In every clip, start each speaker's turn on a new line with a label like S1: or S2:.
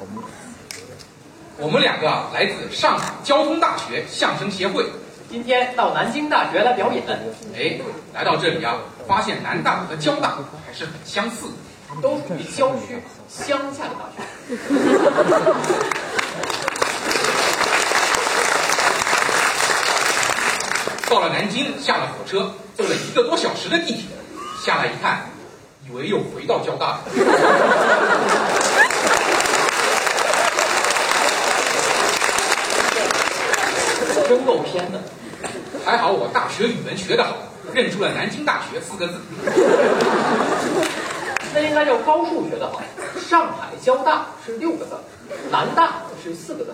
S1: 我们
S2: 我们两个啊来自上海交通大学相声协会，
S3: 今天到南京大学来表演，
S2: 哎，来到这里啊，发现南大和交大还是很相似的。
S3: 都属于郊区乡下的大学。
S2: 到了南京，下了火车，坐了一个多小时的地铁，下来一看，以为又回到交大了。
S3: 真够偏的。
S2: 还好我大学语文学得好，认出了南京大学四个字。
S3: 那应该叫高数学的好。上海交大是六个字，南大是四个字。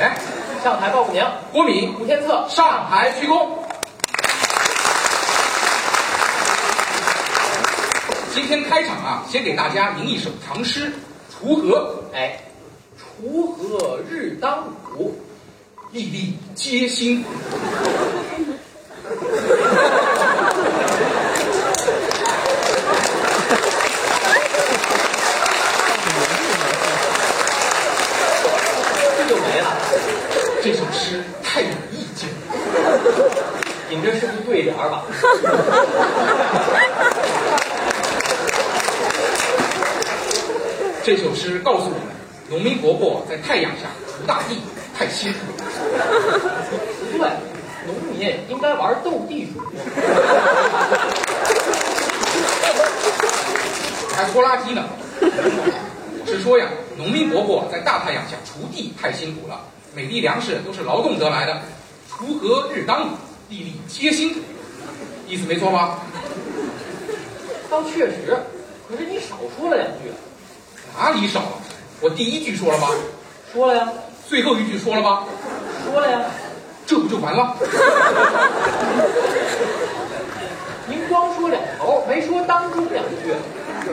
S2: 哎，
S3: 上台报个名，
S2: 郭敏，
S3: 吴天策。
S2: 上台鞠躬。今天开场啊，先给大家吟一首唐诗《锄禾》：
S3: 哎，锄禾日当午，
S2: 粒粒皆辛苦，
S3: 这就没了。
S2: 这首诗太有意境了。
S3: 你们这是不是对联儿吧？
S2: 这首诗告诉我们，农民伯伯在太阳下锄大地太辛苦了。
S3: 不对，农民应该玩斗地主。
S2: 还拖拉机呢。我是说呀，农民伯伯在大太阳下锄地太辛苦了，每粒粮食都是劳动得来的，锄禾日当午，粒粒皆辛苦，意思没错吧？
S3: 倒确实，可是你少说了两句，
S2: 哪里少了？我第一句说了吧，
S3: 说了呀，
S2: 最后一句说了吧，
S3: 说了呀，
S2: 这不就完了？
S3: 您光说两头，没说当中两句。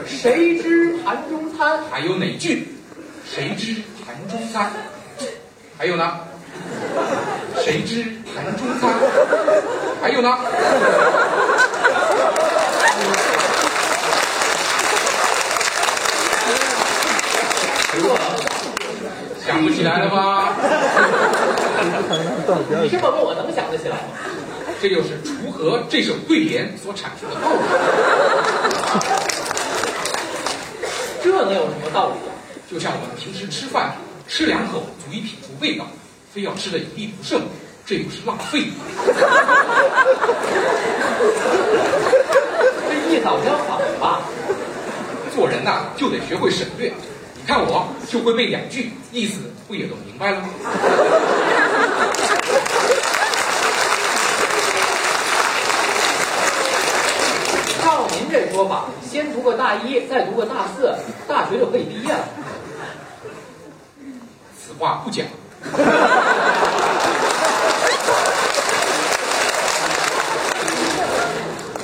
S3: 谁知盘中餐？
S2: 还有哪句？谁知盘中餐？还有呢？谁知盘中餐？还有呢？想不起来了吧？
S3: 你这么问我能想得起来吗？
S2: 这就是《锄禾》这首对联所阐述的道理。
S3: 这能有什么道理啊？
S2: 就像我们平时吃饭，吃两口足以品出味道，非要吃的一粒不剩，这不是浪费吗？
S3: 这意思好像反吧？
S2: 做人呐、就得学会省略。你看我就会背两句，意思不也都明白了吗？
S3: 照您这说法，先读个大一，再读个大四，大学就可以毕业了。
S2: 此话不讲。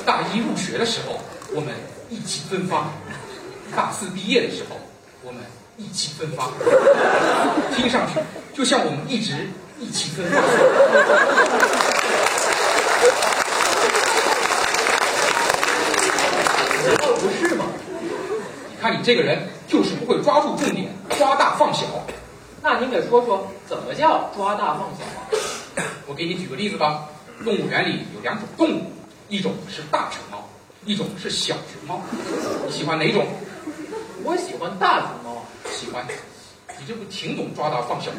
S2: 大一入学的时候，我们意气风发；大四毕业的时候，我们意气风发。听上去就像我们一直意气风发。
S3: 难道不是吗？
S2: 你看你这个人就是不会抓住重点，抓大放小。
S3: 那您给说说，怎么叫抓大放小啊？
S2: 我给你举个例子吧，动物园里有两种动物，一种是大熊猫，一种是小熊猫。你喜欢哪种？
S3: 我喜欢大熊猫啊，
S2: 喜欢。你这不挺懂抓大放小吗？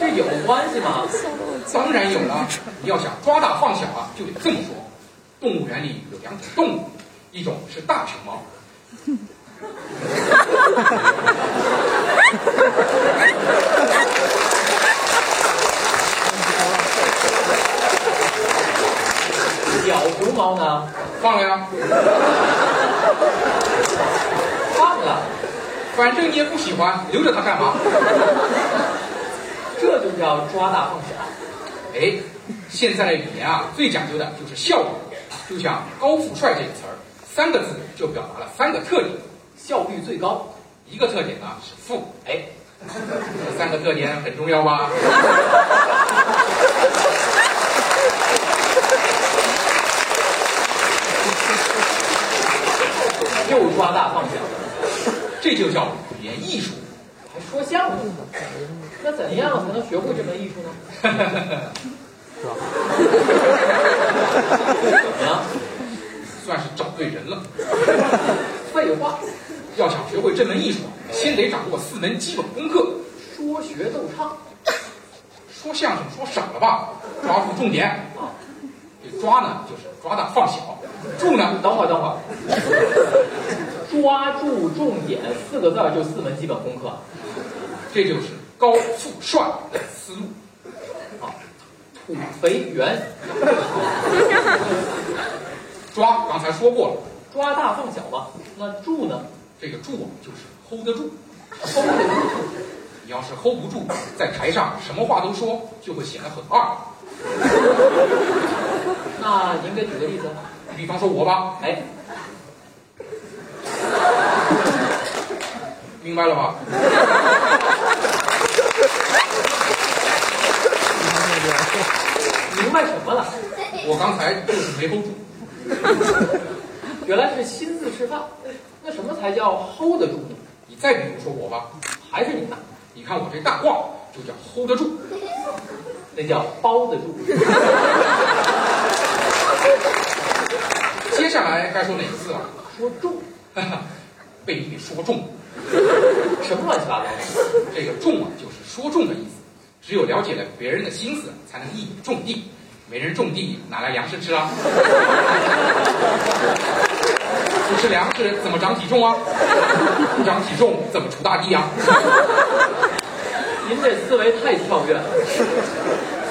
S3: 这有关系吗？
S2: 当然有了。你要想抓大放小啊，就得这么说：动物园里有两种动物，一种是大熊猫，
S3: 小熊猫呢？
S2: 放了呀，
S3: 放了，
S2: 反正你也不喜欢，留着它干嘛？
S3: 这就叫抓大放小。
S2: 哎，现在的语言啊，最讲究的就是效率，就像“高富帅”这个词儿，三个字就表达了三个特点。
S3: 效率最高。
S2: 一个特点呢啊是富，
S3: 哎，
S2: 这三个特点很重要吧？
S3: 又抓大放小，
S2: 这就叫语言艺术。
S3: 还说相声呢。那怎样才能学会这门艺术呢？怎么样？
S2: 算是找对人了。
S3: 废话，
S2: 要想学会这门艺术，先得掌握四门基本功课。
S3: 说学逗唱，
S2: 说相声说少了吧，抓住重点。这抓呢，就是抓大放小；住呢，
S3: 等会儿等会儿，抓住重点四个字儿就四门基本功课。
S2: 这就是高富帅的思路。
S3: 土肥圆，
S2: 抓刚才说过了，
S3: 抓大放小吧。那住呢？
S2: 这个住啊，就是 hold 得住。
S3: 收得住。
S2: 你要是 hold 不住，在台上什么话都说，就会显得很二。
S3: 那您给举个例子。
S2: 比方说我吧，
S3: 哎，
S2: 明白了吧？
S3: 明白什么了？
S2: 我刚才就是没 hold 住。
S3: 原来是亲自示范。那什么才叫 hold 得住呢？
S2: 你再比如说我吧，
S3: 还是你呢？
S2: 你看我这大褂就叫 hold 得住。
S3: 那叫包得住。
S2: 接下来该说哪个字了？
S3: 说住，
S2: 哈哈， 被你给说中了。
S3: 什么乱七八糟的？
S2: 这个“中”啊，就是说中的意思。只有了解了别人的心思，才能一语中的。没人种地，哪来粮食吃啊？不吃粮食怎么长体重啊？不长体重怎么锄大地啊？
S3: 您这思维太跳跃了。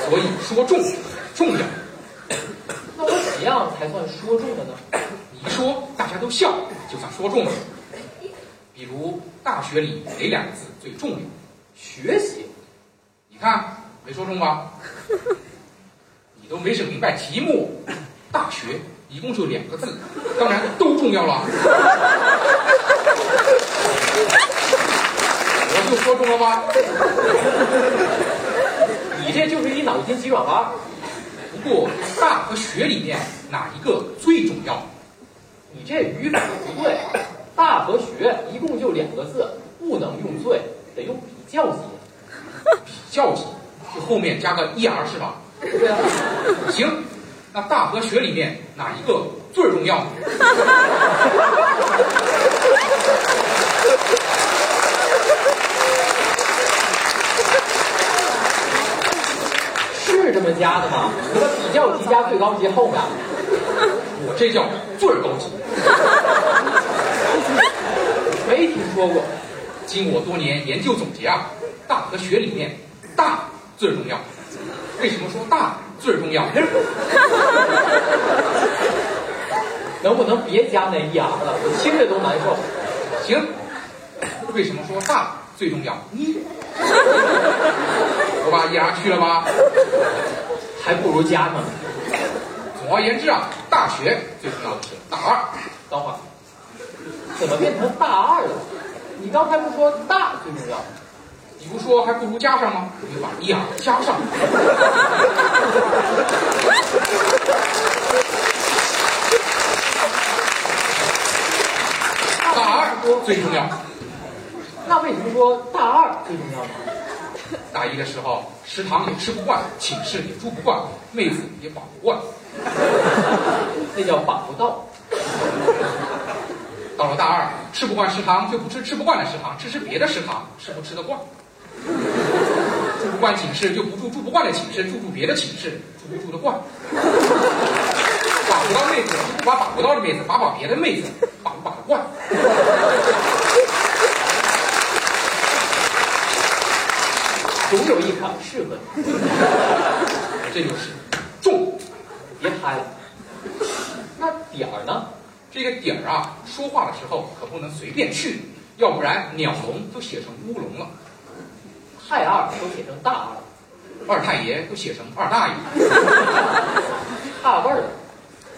S2: 所以说中重要。
S3: 那我怎样才算说中了呢？
S2: 你一说，大家都笑，就算说中了。比如大学里哪两个字最重要？
S3: 学习。
S2: 你看没说中吧？你都没整明白题目。大学一共就两个字，当然都重要了。我就说中了吧？
S3: 你这就是一脑筋急转弯。
S2: 不过大和学里面哪一个最重要？
S3: 你这语法不对。大和学一共就两个字，不能用最，得用比较级。
S2: 比较级，就后面加个 er 是吧？
S3: 对啊，
S2: 行，那大和学里面哪一个最重要？
S3: 是这么加的吗？除了比较级加最高级后面，
S2: 我这叫最高级。
S3: 没听说过。
S2: 经我多年研究总结啊，大和学里面大最重要。为什么说大最重要？
S3: 能不能别加那 er 了？我听着都难受。
S2: 行，为什么说大最重要？你，我把 E R 去了吧。
S3: 还不如加呢。
S2: 总而言之啊，大学最重要的是大二，
S3: 等会儿，怎么变成大二了？你刚才不说大最重要？
S2: 你不说还不如加上吗？我就把 E R 加上。大二最重要。
S3: 那为什么说大二最重要呢？
S2: 大一的时候，食堂也吃不惯，寝室也住不惯，妹子也保不惯。
S3: 那叫把不到。
S2: 到了大二，吃不惯食堂就不吃吃不惯的食堂，吃吃别的食堂，吃不吃得惯。住不惯寝室就不住住不惯的寝室，住住别的寝室，住不住得惯。把不到妹子，不把把不到的妹子，把把别的妹子，把不把得惯。
S3: 总有一款适合你。
S2: 这就是重。
S3: 别拍了。那点儿呢？
S2: 这个点儿啊，说话的时候可不能随便去，要不然鸟笼都写成乌龙了，
S3: 太二都写成大二了，
S2: 二太爷都写成二大爷。
S3: 差味儿了。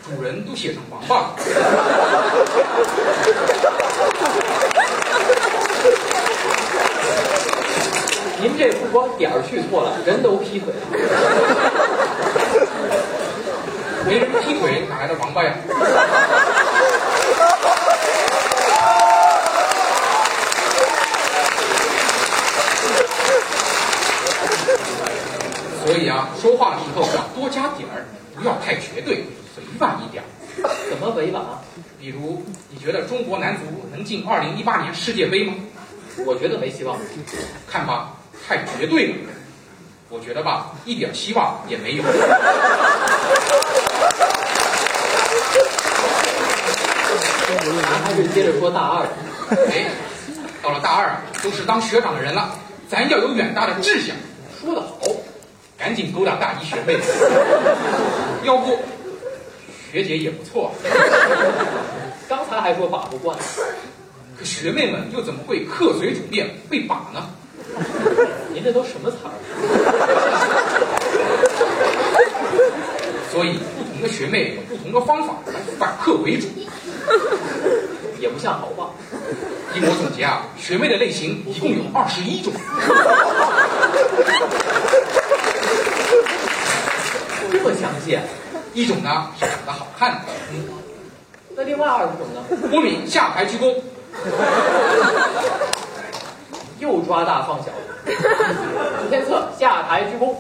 S2: 主人都写成王八了。
S3: 您这不光点儿去错了，人都劈腿了。
S2: 没人劈腿哪来的王八呀？啊说话的时候要多加点儿，不要太绝对，委婉一点儿。
S3: 怎么啊委婉？
S2: 比如，你觉得中国男足能进2018年世界杯吗？
S3: 我觉得没希望。
S2: 看吧，太绝对了。我觉得吧，一点希望也没有。
S3: 咱还是接着说大二吧。
S2: 哎， 到了大二啊都是当学长的人了，咱要有远大的志向，
S3: 说得好，
S2: 赶紧勾搭大一学妹，要不学姐也不错。啊
S3: 刚才还说把不惯，
S2: 可学妹们又怎么会客随主便被把呢？
S3: 您这都什么词儿？啊
S2: 所以不同的学妹有不同的方法来反客为主。
S3: 也不像好话。
S2: 依我总结啊，学妹的类型一共有二十一种。
S3: 这么详细，啊
S2: 一种呢是长得好看
S3: 那另外二十种呢？
S2: 的，郭敏下排鞠躬；
S3: 又抓大放小。左天策下台鞠躬，